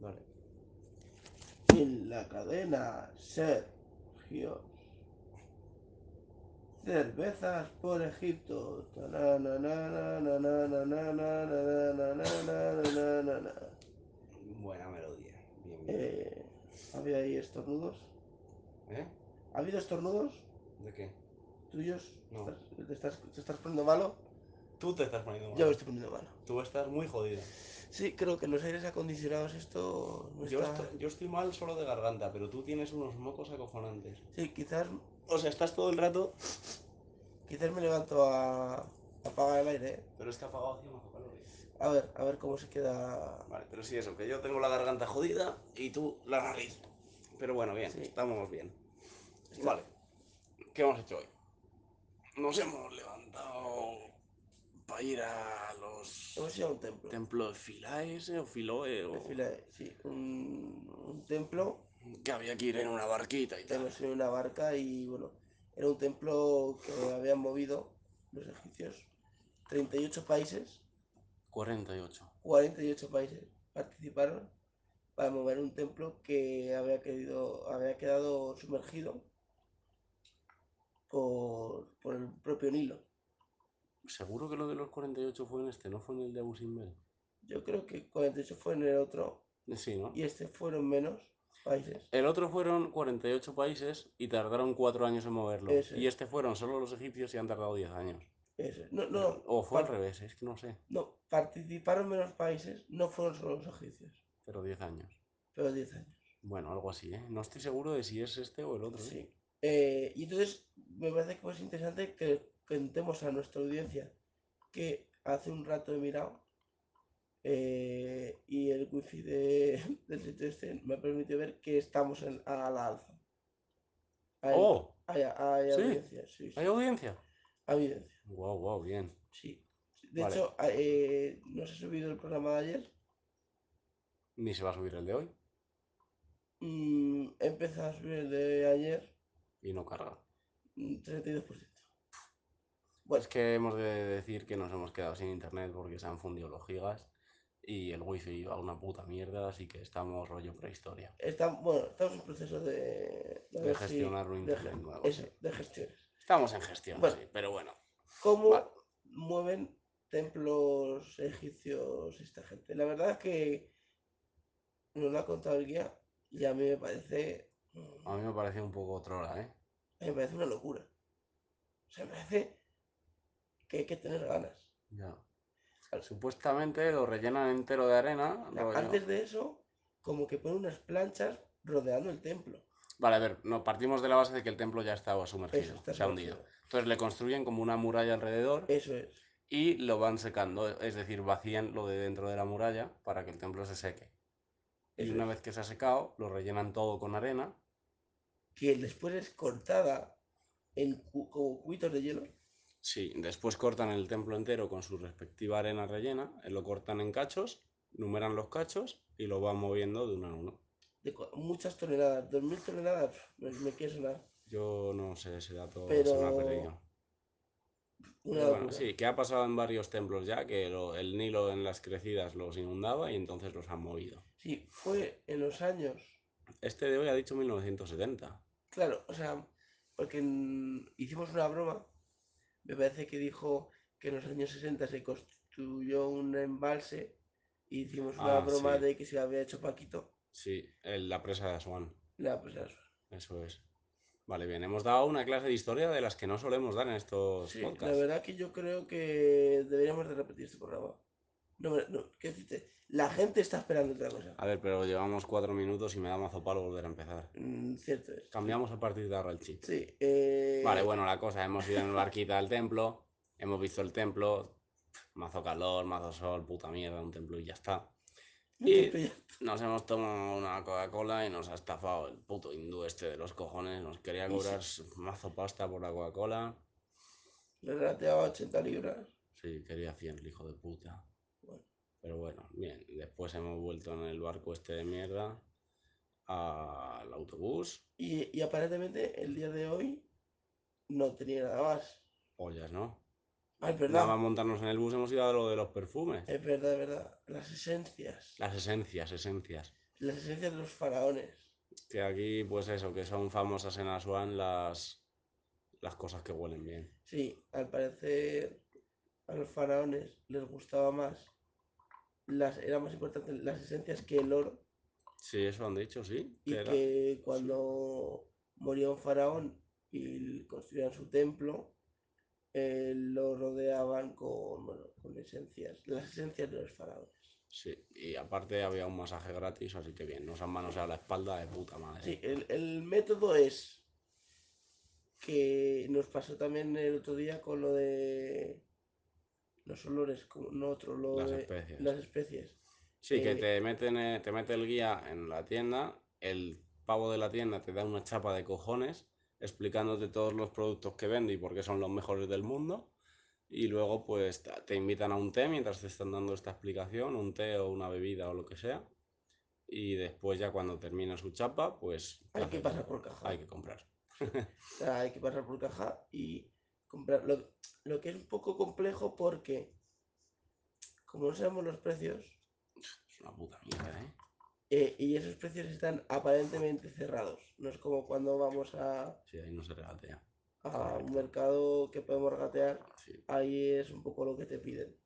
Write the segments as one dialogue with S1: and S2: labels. S1: Vale.
S2: en la cadena Sergio. Cervezas por Egipto. Tanananananananananananananananana.
S1: Buena melodía. Bien, bien.
S2: Eh, ¿Había ahí estornudos?
S1: ¿Eh?
S2: ¿Ha habido estornudos
S1: ¿De qué?
S2: tuyos?
S1: No.
S2: ¿Te estás, te estás poniendo malo?
S1: Tú te estás poniendo mal.
S2: Yo me estoy poniendo malo.
S1: Tú estás muy jodido.
S2: Sí, creo que los aires acondicionados esto no
S1: Yo,
S2: está...
S1: estoy, yo estoy mal solo de garganta, pero tú tienes unos mocos acojonantes.
S2: Sí, quizás,
S1: O sea, estás todo el rato,
S2: quizás me levanto a a apagar el aire. ¿eh?
S1: pero es que ha apagado hace más calor. ¿eh?
S2: A ver, a ver cómo se queda...
S1: Vale, pero sí, eso, que yo tengo la garganta jodida y tú la nariz. Pero bueno, bien,
S2: Sí.
S1: estamos bien.
S2: Está-
S1: Vale, ¿qué hemos hecho hoy? Nos hemos levantado para ir a los
S2: Hemos ido a un templo.
S1: templos Filae o Filoe o...
S2: De fila- sí, un, un templo,
S1: Que había que ir en una barquita y tal.
S2: tenemos en una barca y bueno, era un templo que habían movido los egipcios. 38 países,
S1: 48.
S2: 48 países participaron para mover un templo que había, querido, había quedado sumergido por, por el propio Nilo.
S1: Seguro que lo de los 48 fue en este, no fue en el de Abu Simbel.
S2: Yo creo que 48 fueron el otro
S1: Sí, ¿no?
S2: y este fueron menos países.
S1: El otro fueron 48 países y tardaron 4 años en moverlo.
S2: Eso
S1: Y
S2: es.
S1: este fueron solo los egipcios y han tardado 10 años.
S2: Eso. No, no,
S1: o fue al
S2: par-
S1: revés, es que no sé,
S2: no, participaron menos países, no fueron solo los egipcios.
S1: pero 10 años.
S2: Pero 10 años.
S1: Bueno, algo así, ¿eh? No estoy seguro de si es este o el otro. ¿eh?
S2: Sí. Eh, y entonces me parece que es interesante que contemos a nuestra audiencia que hace un rato he mirado eh, y el wifi de, del sitio este me ha permitido ver que estamos en, a la alza. Hay,
S1: ¡Oh!
S2: hay, hay
S1: Sí.
S2: audiencia, sí, sí,
S1: ¿Hay audiencia?
S2: hay audiencia,
S1: Wow, wow, bien.
S2: sí. De
S1: Vale.
S2: hecho, a- eh, nos ha subido el programa de ayer.
S1: Ni se va a subir el de hoy
S2: Mm, he empezado a subir el de ayer
S1: y no carga.
S2: mm, 32%.
S1: Es que hemos de decir que nos hemos quedado sin internet porque se han fundido los gigas y el wifi va a una puta mierda, así que estamos rollo prehistoria.
S2: Está, bueno, estamos en proceso de,
S1: De
S2: ver si-
S1: gestionar un
S2: de
S1: internet
S2: ge-
S1: nuevo,
S2: eso,
S1: sí.
S2: de gestiones.
S1: Estamos en gestión,
S2: Bueno.
S1: sí, pero bueno.
S2: ¿Cómo
S1: Vale.
S2: mueven templos egipcios esta gente? La verdad es que nos lo ha contado el guía y a mí me parece,
S1: A mí me parece un poco otrora, ¿eh?
S2: me parece una locura. O sea, me parece que hay que tener ganas.
S1: Ya. Supuestamente lo rellenan entero de arena.
S2: O sea,
S1: rollo-
S2: antes de eso, como que ponen unas planchas rodeando el templo.
S1: Vale, a ver, no, partimos de la base de que el templo ya estaba
S2: Eso,
S1: sumergido,
S2: está
S1: se ha
S2: reducido.
S1: hundido. Entonces le construyen como una muralla alrededor
S2: Eso es.
S1: y lo van secando, es decir, vacían lo de dentro de la muralla para que el templo se seque. Y
S2: Eso
S1: una
S2: es.
S1: vez que se ha secado, lo rellenan todo con arena.
S2: Que después es cortada en cu- como cubitos de hielo.
S1: Sí, después cortan el templo entero con su respectiva arena rellena, eh, lo cortan en cachos, numeran los cachos y lo van moviendo de uno en uno.
S2: de cua- muchas toneladas, 2.000 toneladas, me, me quiere sonar
S1: Yo no sé ese dato, se me ha
S2: Pero-
S1: perdido.
S2: una
S1: Pero bueno,
S2: locura.
S1: sí, que ha pasado en varios templos ya, que lo- el Nilo en las crecidas los inundaba y entonces los han movido.
S2: Sí, fue en los años,
S1: Este de hoy ha dicho 1970.
S2: claro, o sea, porque en- hicimos una broma, me parece que dijo que en los años 60 se construyó un embalse y hicimos una
S1: Ah,
S2: broma
S1: sí.
S2: de que se lo había hecho Paquito.
S1: Sí, en la presa de Asuán,
S2: Nada, pues eso.
S1: eso es. Vale, bien, hemos dado una clase de historia de las que no solemos dar en estos
S2: Sí, la
S1: podcasts.
S2: verdad que yo creo que deberíamos de repetir este programa. No, me- no, ¿qué decirte? La gente está esperando otra cosa.
S1: A ver, pero llevamos cuatro minutos y me da mazo palo volver a empezar.
S2: Mm, cierto es.
S1: Cambiamos a partir de ahora el chip.
S2: Sí, eh...
S1: Vale, bueno, la cosa, hemos ido en barquita al templo, hemos visto el templo, mazo calor, mazo sol, puta mierda, un templo y ya está. Y- Nos hemos tomado una Coca-Cola y nos ha estafado el puto hindú este de los cojones. Nos quería
S2: Y sí.
S1: cobrar su mazo pasta por la Coca-Cola.
S2: Le regateaba 80 libras.
S1: Sí, quería 100, el hijo de puta.
S2: Bueno.
S1: Pero bueno, bien. Después hemos vuelto en el barco este de mierda al autobús.
S2: Y, y aparentemente el día de hoy no tenía nada más.
S1: Ollas, ¿no?
S2: Ah, es
S1: Nada más
S2: verdad.
S1: montarnos en el bus hemos ido a lo de los perfumes.
S2: Es verdad, es verdad. Las esencias.
S1: Las esencias, esencias.
S2: Las esencias de los faraones.
S1: Que aquí, pues eso, que son famosas en Asuán las, las cosas que huelen bien.
S2: Sí, al parecer a los faraones les gustaba más, las, era más importante las esencias que el oro.
S1: Sí, eso han dicho, sí.
S2: Y
S1: era-
S2: que cuando moría un faraón y construían su templo, eh, lo rodeaban con, bueno, con esencias, las esencias de los faraones.
S1: Sí, y aparte había un masaje gratis, así que bien, nos han manoseado la espalda de puta madre.
S2: Sí, el, el método es que nos pasó también el otro día con lo de los olores, como, no otro, lo
S1: Las
S2: de
S1: especies.
S2: las especies.
S1: Sí, que
S2: eh,
S1: te meten, eh, te mete el guía en la tienda, el pavo de la tienda te da una chapa de cojones explicándote todos los productos que vende y por qué son los mejores del mundo. Y luego pues ta- te invitan a un té mientras te están dando esta explicación, un té o una bebida o lo que sea. Y después ya cuando termina su chapa, pues
S2: Hay
S1: hay
S2: que
S1: que-
S2: pasar por caja.
S1: hay que comprar.
S2: O sea, hay que pasar por caja y comprar. Lo, lo que es un poco complejo porque, como no sabemos los precios,
S1: Es una puta mierda, ¿eh?
S2: eh, y esos precios están aparentemente cerrados. No es como cuando vamos a,
S1: Sí, ahí no se regatea.
S2: a un
S1: Correcto.
S2: mercado que podemos regatear,
S1: Sí.
S2: ahí es un poco lo que te piden.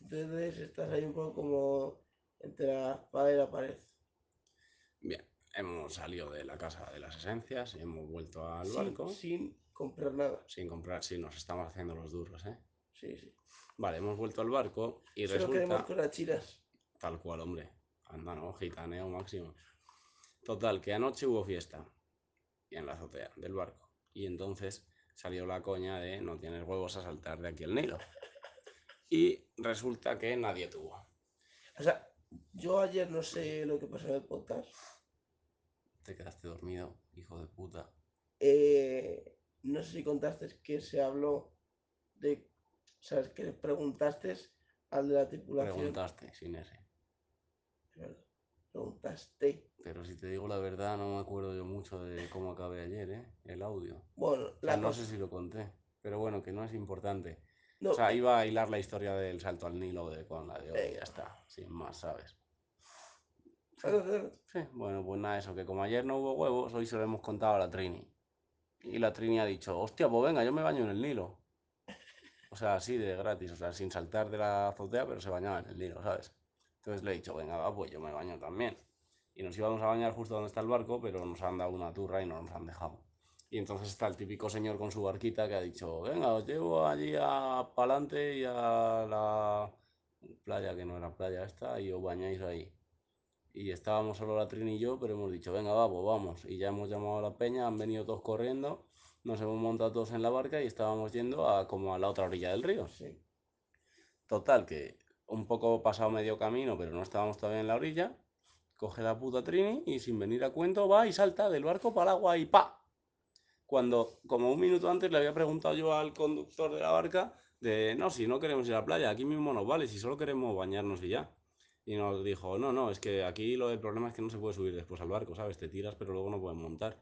S2: Entonces estás ahí un poco como entre la espada y la pared.
S1: Bien, hemos salido de la casa de las esencias, hemos vuelto al
S2: sin,
S1: barco.
S2: sin comprar nada.
S1: Sin comprar, sí, nos estamos haciendo los duros, ¿eh?
S2: Sí, sí.
S1: Vale, hemos vuelto al barco y
S2: Solo queremos
S1: resulta
S2: con las chinas.
S1: tal cual, hombre. Anda, no, gitaneo máximo. Total, que anoche hubo fiesta y en la azotea del barco. Y entonces salió la coña de no tienes huevos a saltar de aquí al Nilo. Y resulta que nadie tuvo.
S2: O sea, yo ayer no sé lo que pasó en el podcast.
S1: Te quedaste dormido, hijo de puta.
S2: eh, no sé si contaste que se habló de, sabes, que le preguntaste al de la tripulación.
S1: Preguntaste sin ese.
S2: Perdón, Preguntaste.
S1: Pero si te digo la verdad, no me acuerdo yo mucho de cómo acabé ayer, ¿eh? El audio.
S2: Bueno,
S1: O sea,
S2: la
S1: no
S2: cosa-
S1: sé si lo conté, pero bueno, que no es importante.
S2: no,
S1: O sea, iba a hilar la historia del salto al Nilo de, con la de hoy,
S2: Venga.
S1: ya está, sin más, ¿sabes?
S2: claro, claro.
S1: Sí, bueno, pues nada, eso, que como ayer no hubo huevos, hoy se lo hemos contado a la Trini. Y la Trini ha dicho, hostia, pues venga, yo me baño en el Nilo. O sea, así de gratis, o sea, sin saltar de la azotea, pero se bañaba en el Nilo, ¿sabes? Entonces le he dicho, venga, va, pues yo me baño también. Y nos íbamos a bañar justo donde está el barco, pero nos han dado una turra y no nos han dejado. Y entonces está el típico señor con su barquita que ha dicho, venga, os llevo allí a Palante y a la playa, que no era playa esta, y os bañáis ahí. Y estábamos solo la Trini y yo, pero hemos dicho, venga, va, pues vamos. Y ya hemos llamado a la peña, han venido todos corriendo, nos hemos montado todos en la barca y estábamos yendo a como a la otra orilla del río.
S2: Sí.
S1: Total, que un poco pasado medio camino, pero no estábamos todavía en la orilla, coge la puta Trini y sin venir a cuento va y salta del barco para el agua y ¡pa! Cuando, como un minuto antes, le había preguntado yo al conductor de la barca de, no, si no queremos ir a la playa, aquí mismo nos vale, si solo queremos bañarnos y ya. Y nos dijo, no, no, es que aquí lo del problema es que no se puede subir después al barco, ¿sabes? Te tiras, pero luego no puedes montar.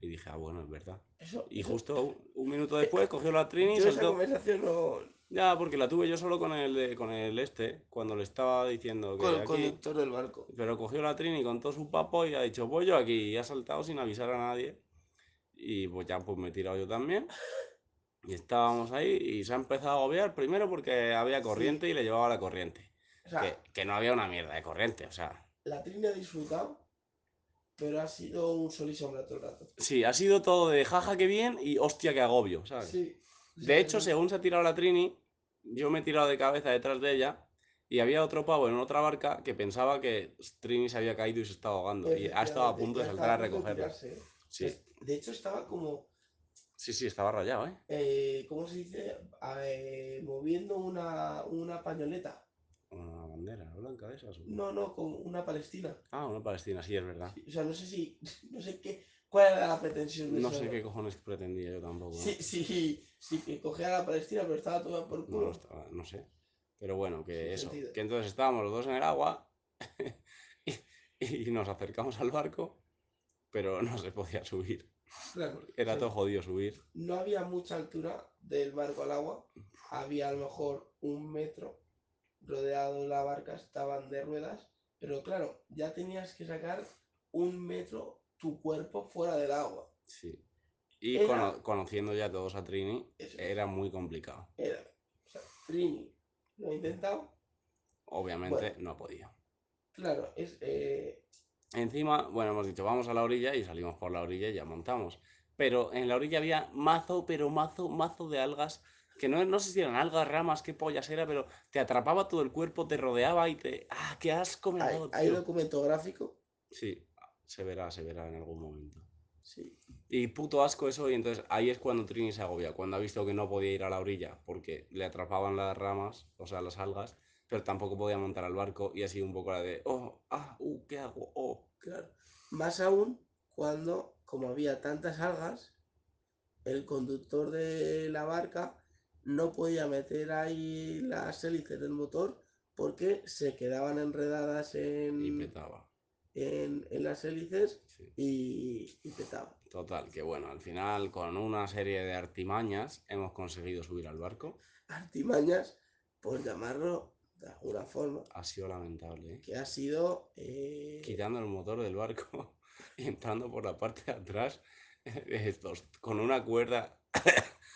S1: Y dije, ah, bueno, es verdad.
S2: Eso,
S1: Y
S2: eso-
S1: justo un, un minuto después cogió la Trini y
S2: yo esa
S1: saltó.
S2: conversación no-
S1: Ya, porque la tuve yo solo con el, de- con el este, cuando le estaba diciendo que
S2: con el
S1: aquí-
S2: conductor del barco.
S1: Pero cogió la Trini con todo su papo y ha dicho, voy yo aquí, y ha saltado sin avisar a nadie. Y pues ya, pues me he tirado yo también. Y estábamos ahí y se ha empezado a agobiar primero porque había corriente y le llevaba la corriente.
S2: O sea,
S1: que, que no había una mierda de corriente, o sea...
S2: la Trini ha disfrutado, pero ha sido un sol y sombra todo el rato.
S1: Sí, ha sido todo de jaja que bien y hostia que agobio, ¿sabes?
S2: Sí, sí,
S1: De hecho,
S2: sí.
S1: según se ha tirado la Trini, yo me he tirado de cabeza detrás de ella y había otro pavo en otra barca que pensaba que Trini se había caído y se estaba ahogando y ha estado a punto de
S2: Ya
S1: saltar a
S2: estaba punto de
S1: recogerla.
S2: tirarse, ¿eh?
S1: Sí,
S2: Es- De hecho, estaba como
S1: sí, sí, estaba rayado, ¿eh?
S2: eh, ¿cómo se dice? A ver, moviendo una, una pañoleta.
S1: Una bandera blanca de esas.
S2: No, no, con una palestina.
S1: Ah, una palestina, sí, es verdad.
S2: O sea, no sé si, no sé qué, cuál era la pretensión de
S1: No
S2: eso,
S1: sé qué cojones pretendía yo tampoco. ¿eh?
S2: Sí, sí, sí, que cogía la palestina, pero estaba tomada por
S1: No,
S2: culo.
S1: estaba- no sé. Pero bueno, que
S2: Sin
S1: eso.
S2: sentido.
S1: Que entonces estábamos los dos en el agua y, y nos acercamos al barco, pero no se podía subir.
S2: Claro,
S1: Era
S2: sí.
S1: todo jodido subir.
S2: No había mucha altura del barco al agua. Había a lo mejor un metro rodeado la barca, estaban de ruedas Pero claro, ya tenías que sacar un metro tu cuerpo fuera del agua.
S1: Sí. Y
S2: Era-
S1: cono- conociendo ya todos a Trini,
S2: Eso.
S1: era muy complicado.
S2: Era, o sea, Trini lo ha intentado.
S1: Obviamente
S2: Bueno.
S1: no podía.
S2: Claro, es, eh,
S1: Encima, bueno, hemos dicho, vamos a la orilla y salimos por la orilla y ya montamos. Pero en la orilla había mazo, pero mazo, mazo de algas, que no, no sé si eran algas, ramas, qué pollas era, pero te atrapaba todo el cuerpo, te rodeaba y te... ¡Ah, qué asco me ha
S2: hay,
S1: dado,
S2: hay
S1: tío!
S2: documento gráfico.
S1: Sí, se verá, se verá en algún momento.
S2: Sí.
S1: Y puto asco eso, y entonces ahí es cuando Trini se agobia, cuando ha visto que no podía ir a la orilla porque le atrapaban las ramas, o sea, las algas, pero tampoco podía montar al barco y así un poco la de, oh, ah, uh, ¿qué hago? Oh,
S2: Claro. Más aún cuando, como había tantas algas, el conductor de la barca no podía meter ahí las hélices del motor porque se quedaban enredadas
S1: y
S2: en,
S1: petaba.
S2: en, en las hélices
S1: sí.
S2: y, y petaba.
S1: Total, que bueno, al final con una serie de artimañas hemos conseguido subir al barco.
S2: Artimañas, por llamarlo de alguna forma,
S1: Ha sido lamentable, ¿eh?
S2: que ha sido... eh,
S1: Quitando el motor del barco, entrando por la parte de atrás, estos, con una cuerda,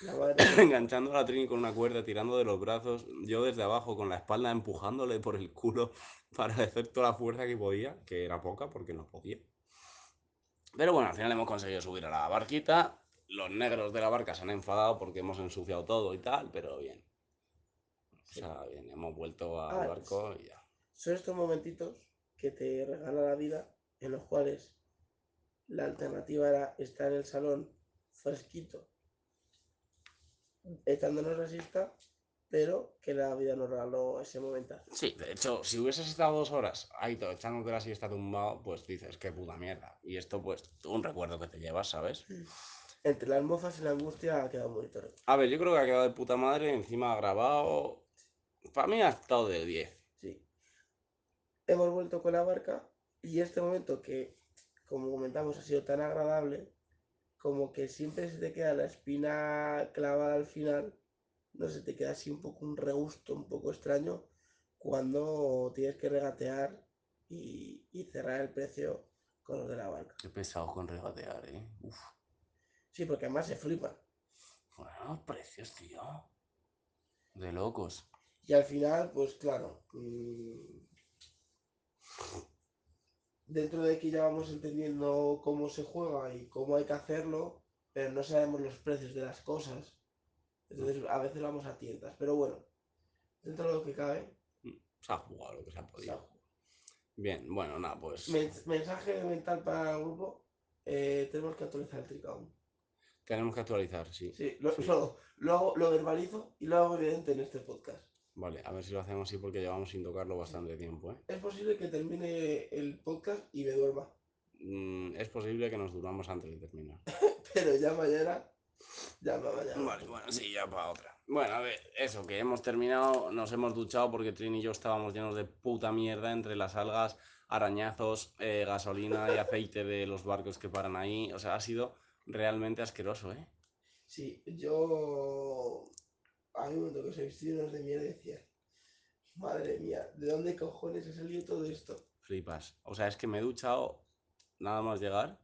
S2: la madre-
S1: enganchando a la Trini con una cuerda, tirando de los brazos, yo desde abajo con la espalda empujándole por el culo para hacer toda la fuerza que podía, que era poca porque no podía. Pero bueno, al final hemos conseguido subir a la barquita. Los negros de la barca se han enfadado porque hemos ensuciado todo y tal, pero bien. O sea, bien, hemos vuelto al
S2: Ah,
S1: barco y ya.
S2: Son estos momentitos que te regala la vida, en los cuales la alternativa era estar en el salón fresquito, echándonos la siesta, pero que la vida nos regaló ese momento.
S1: Sí, de hecho, si hubieses estado dos horas ahí todo echándote la siesta tumbado, pues dices, qué puta mierda. Y esto, pues, un recuerdo que te llevas, ¿sabes?
S2: Entre las mofas y la angustia ha quedado muy torre.
S1: A ver, yo creo que ha quedado de puta madre, encima ha grabado. Para mí ha estado de 10.
S2: Sí. Hemos vuelto con la barca y este momento que, como comentamos, ha sido tan agradable, como que siempre se te queda la espina clavada al final, no se te queda así un poco un regusto, un poco extraño, cuando tienes que regatear y, y cerrar el precio con los de la barca.
S1: Qué pesado con regatear, ¿eh? Uf,
S2: Sí, porque además se flipan.
S1: bueno, precios, tío. De locos.
S2: Y al final, pues claro, mm, dentro de que ya vamos entendiendo cómo se juega y cómo hay que hacerlo, pero no sabemos los precios de las cosas. Entonces a veces vamos a tientas, pero bueno, dentro de lo que cabe,
S1: Se ha jugado lo que se ha
S2: se ha
S1: podido.
S2: jugado.
S1: Bien, bueno, nada, pues.
S2: Men- mensaje mental para el grupo, eh, tenemos que actualizar el tricaón.
S1: Tenemos que actualizar, sí.
S2: Sí, lo,
S1: Sí.
S2: Lo, lo hago- lo verbalizo y lo hago evidente en este podcast.
S1: Vale, a ver si lo hacemos así porque llevamos sin tocarlo bastante tiempo, ¿eh?
S2: Es posible que termine el podcast y me duerma,
S1: Mm, es posible que nos duramos antes de terminar.
S2: pero ya mañana, ya me mañana.
S1: Vale, bueno, sí, ya para otra. Bueno, a ver, eso, que hemos terminado, nos hemos duchado porque Trini y yo estábamos llenos de puta mierda entre las algas, arañazos, eh, gasolina y aceite de los barcos que paran ahí. O sea, ha sido realmente asqueroso, ¿eh?
S2: Sí, yo. A mí me tocó ser vestidos de mierda y decía: Madre mía, ¿de dónde cojones ha salido todo esto?
S1: Flipas. O sea, es que me he duchado nada más llegar,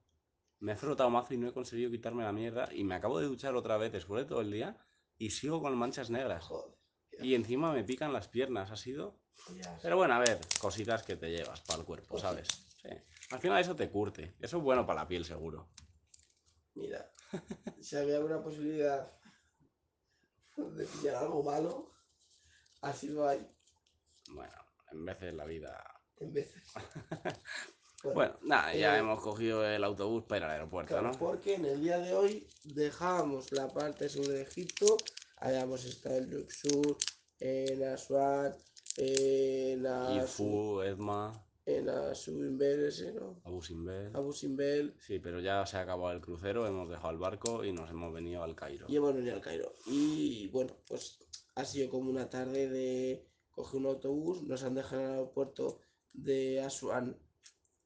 S1: me he frotado mazo y no he conseguido quitarme la mierda y me acabo de duchar otra vez después de todo el día y sigo con manchas negras.
S2: Joder.
S1: Y encima me pican las piernas, ha sido...
S2: ya sé.
S1: Pero bueno, a ver, cositas que te llevas para el cuerpo,
S2: Pues
S1: ¿sabes? Sí. Al final eso te curte. Eso es bueno para la piel, seguro.
S2: Mira, si había alguna posibilidad de pillar algo malo, así lo hay
S1: Bueno, en veces la vida.
S2: en veces.
S1: Bueno, nada, ya
S2: eh,
S1: hemos cogido el autobús para ir al aeropuerto,
S2: Claro, pues,
S1: ¿no?
S2: porque en el día de hoy dejábamos la parte sur de Egipto, habíamos estado en Luxur, en Asuán, en Asu,
S1: Ifu, Edma,
S2: en Asu Inver ese, ¿no?
S1: Abu Simbel.
S2: Abu Simbel
S1: Sí, pero ya se ha acabado el crucero, hemos dejado el barco y nos hemos venido al Cairo.
S2: y hemos venido al Cairo. Y bueno, pues ha sido como una tarde de coger un autobús, nos han dejado en el aeropuerto de Asuán,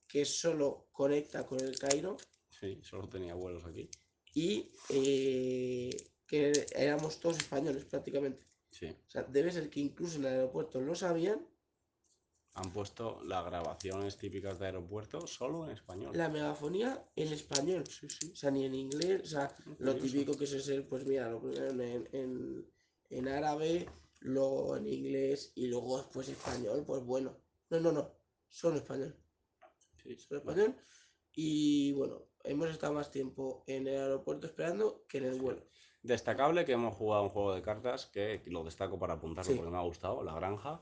S2: que solo conecta con el Cairo,
S1: Sí, solo tenía vuelos aquí.
S2: y eh, que éramos todos españoles prácticamente.
S1: Sí.
S2: O sea, debe ser que incluso en el aeropuerto lo sabían
S1: Han puesto las grabaciones típicas de aeropuerto solo en español.
S2: La megafonía en español.
S1: Sí, sí.
S2: O sea, ni en inglés. O sea, lo
S1: curioso.
S2: típico que es ser, pues mira, lo primero en, en- en árabe, luego en inglés y luego después español, pues bueno. No, no, no. Solo español.
S1: Sí,
S2: Solo español. Y bueno, hemos estado más tiempo en el aeropuerto esperando que en el vuelo.
S1: Destacable que hemos jugado un juego de cartas que lo destaco para apuntarlo
S2: Sí.
S1: porque me ha gustado. La granja.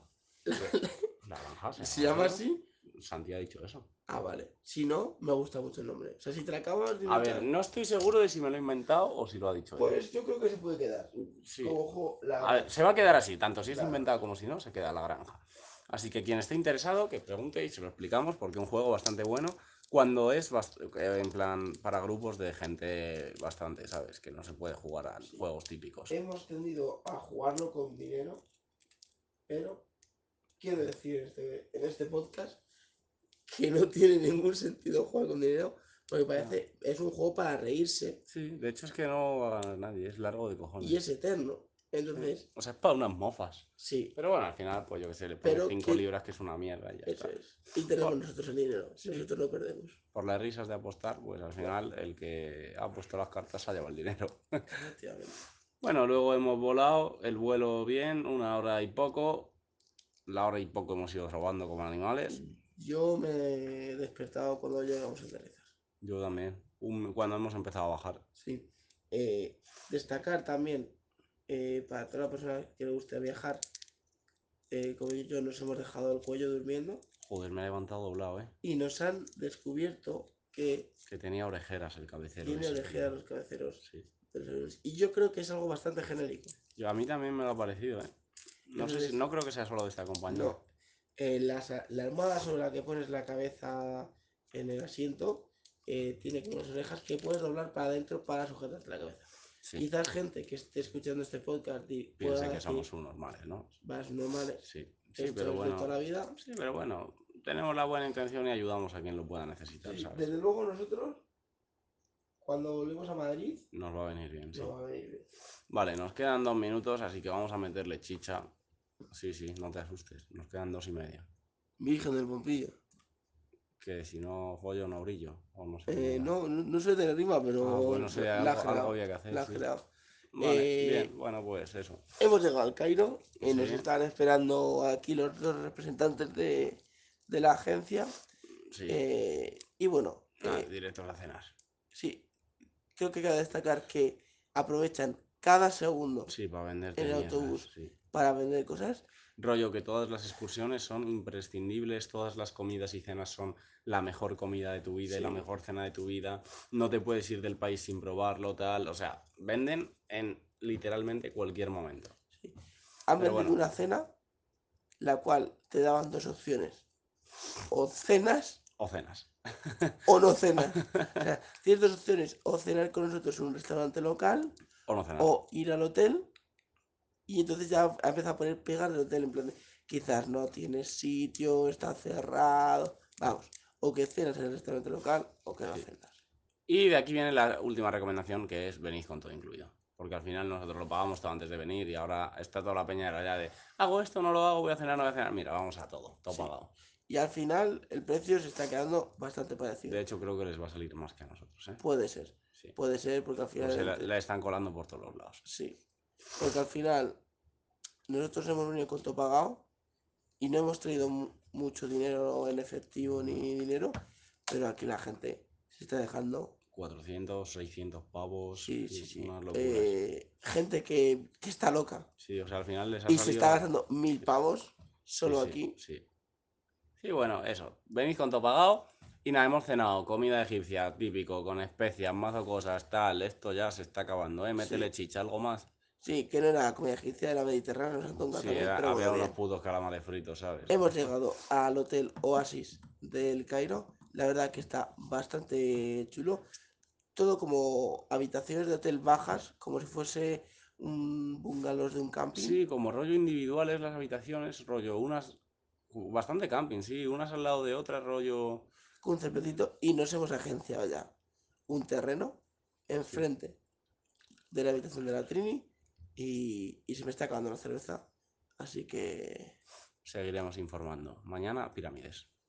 S1: La granja.
S2: ¿Se llama
S1: granja.
S2: así?
S1: Santi ha dicho eso.
S2: Ah, vale. Si no, me gusta mucho el nombre. O sea, si te la acabas de
S1: A ver,
S2: inventar,
S1: no estoy seguro de si me lo he inventado o si lo ha dicho él.
S2: Pues yo creo que se puede quedar.
S1: Sí.
S2: Como juego, la...
S1: A ver, se va a quedar así, tanto si es
S2: Claro.
S1: inventado como si no, se queda la granja. Así que quien esté interesado, que pregunte y se lo explicamos, porque es un juego bastante bueno cuando es bast- eh, en plan para grupos de gente bastante, ¿sabes? Que no se puede jugar a
S2: Sí. Eh,
S1: juegos típicos.
S2: Hemos tendido a jugarlo con dinero, pero quiero decir en este, en este podcast que no tiene ningún sentido jugar con dinero, porque parece, es un juego para reírse
S1: Sí, de hecho es que no va a ganar nadie, es largo de cojones.
S2: y es eterno. Entonces,
S1: O sea, es para unas mofas.
S2: sí,
S1: Pero bueno, al final, pues yo que sé, le pones
S2: Pero
S1: 5
S2: que-
S1: libras, que es una mierda y ya
S2: eso
S1: está.
S2: es. Y tenemos nosotros el dinero, nosotros no perdemos.
S1: Por las risas de apostar, pues al final el que ha puesto las cartas ha llevado el dinero.
S2: Efectivamente.
S1: Bueno, luego hemos volado, el vuelo bien, una hora y poco. La hora y poco hemos ido robando como animales.
S2: Yo me he despertado cuando llegamos a aterrizar.
S1: Yo también. Un- cuando hemos empezado a bajar.
S2: Sí. Eh, destacar también eh, para toda la persona que le guste viajar, eh, como yo, nos hemos dejado el cuello durmiendo
S1: Joder, me ha levantado doblado, ¿eh?
S2: y nos han descubierto que
S1: Que tenía orejeras el cabecero.
S2: tiene
S1: ese,
S2: orejea
S1: tío.
S2: los cabeceros.
S1: Sí.
S2: de los aviones. Y yo creo que es algo bastante genérico.
S1: Yo, a mí también me lo ha parecido, ¿eh? No, sé
S2: Entonces-
S1: si, no creo que sea solo de esta compañía.
S2: No. Eh, la, sa- la almohada sobre la que pones la cabeza en el asiento eh, tiene como unas orejas que puedes doblar para adentro para sujetarte la cabeza.
S1: Sí.
S2: Quizás gente que esté escuchando este podcast y pueda
S1: Piense que
S2: decir,
S1: somos unos males, ¿no?
S2: vas normales.
S1: Sí. Sí,
S2: Esto
S1: pero
S2: es de toda la
S1: bueno.
S2: vida.
S1: Sí, pero bueno. Tenemos la buena intención y ayudamos a quien lo pueda necesitar,
S2: Sí,
S1: ¿sabes?
S2: Desde luego nosotros, cuando volvimos a Madrid,
S1: Nos va a venir bien, sí.
S2: no va a venir bien.
S1: Vale, nos quedan dos minutos, así que vamos a meterle chicha. Sí, sí, no te asustes. Nos quedan dos y media.
S2: Virgen del Pompillo.
S1: Que si no joyo, no brillo. O no sé. cómo
S2: Eh,
S1: era.
S2: no, no, no soy de la rima, pero
S1: Ah, bueno, sí,
S2: la
S1: algo,
S2: la
S1: algo
S2: has creado,
S1: había que hacer.
S2: la has
S1: sí.
S2: creado.
S1: Vale,
S2: Eh,
S1: bien, bueno, pues eso.
S2: Hemos llegado al Cairo y nos
S1: Sí.
S2: están esperando aquí los dos representantes de, de la agencia.
S1: Sí, Ah,
S2: Eh, y bueno,
S1: nada,
S2: eh,
S1: directo a la cenar.
S2: sí, creo que cabe destacar que aprovechan cada segundo
S1: Sí, para venderte
S2: el
S1: mierdas,
S2: autobús.
S1: sí.
S2: para vender cosas.
S1: Rollo que todas las excursiones son imprescindibles, todas las comidas y cenas son la mejor comida de tu vida y la
S2: Sí.
S1: mejor cena de tu vida. No te puedes ir del país sin probarlo, tal. O sea, venden en literalmente cualquier momento.
S2: Han
S1: Pero
S2: vendido
S1: bueno.
S2: una cena, la cual te daban dos opciones. O cenas
S1: O cenas.
S2: o no cenas. O sea, tienes dos opciones. O cenar con nosotros en un restaurante local
S1: O no cenar.
S2: o ir al hotel. Y entonces ya empieza a poner pegas del hotel en plan de, quizás no tienes sitio, está cerrado. Vamos, o que cenas en el restaurante local o que no
S1: Sí.
S2: cenas.
S1: Y de aquí viene la última recomendación que es venid con todo incluido. Porque al final nosotros lo pagamos todo antes de venir y ahora está toda la peña de la ya de hago esto, no lo hago, voy a cenar, no voy a cenar. Mira, vamos a todo, todo
S2: Sí.
S1: pagado.
S2: Y al final el precio se está quedando bastante
S1: De
S2: parecido.
S1: hecho, creo que les va a salir más que a nosotros, ¿eh?
S2: Puede ser,
S1: Sí.
S2: puede ser porque al final...
S1: Pues se
S2: el
S1: la, la están colando por todos los lados.
S2: Sí, porque al final nosotros hemos venido con todo pagado y no hemos traído mu- mucho dinero en efectivo ni dinero, pero aquí la gente se está dejando.
S1: 400, 600 pavos.
S2: Sí, sí, sí.
S1: Unas locuras.
S2: Eh, gente que, que está loca
S1: Sí, o sea, al final les ha
S2: y se
S1: salido-
S2: está gastando mil
S1: sí.
S2: pavos
S1: Sí,
S2: solo
S1: sí,
S2: aquí.
S1: Sí. Sí, bueno, eso. Venís con todo pagado y nada, hemos cenado comida egipcia, típico, con especias, mazo cosas, tal. Esto ya se está acabando, ¿eh? Métele chicha, algo más.
S2: Sí, que no era comida egipcia, era mediterránea, nos han contado
S1: Sí,
S2: también,
S1: era-
S2: pero
S1: había
S2: bueno,
S1: unos
S2: bien.
S1: putos calamares fritos, ¿sabes?
S2: Hemos llegado al hotel Oasis del Cairo. La verdad que está bastante chulo. Todo como habitaciones de hotel bajas, como si fuese un bungalow de un camping.
S1: Sí, como rollo individuales las habitaciones, rollo unas... Bastante camping, sí, unas al lado de otras, rollo...
S2: Con un cerpecito y nos hemos agenciado ya un terreno enfrente de la habitación de la Trini y, y se me está acabando la cerveza. Así que
S1: seguiremos informando. Mañana, pirámides.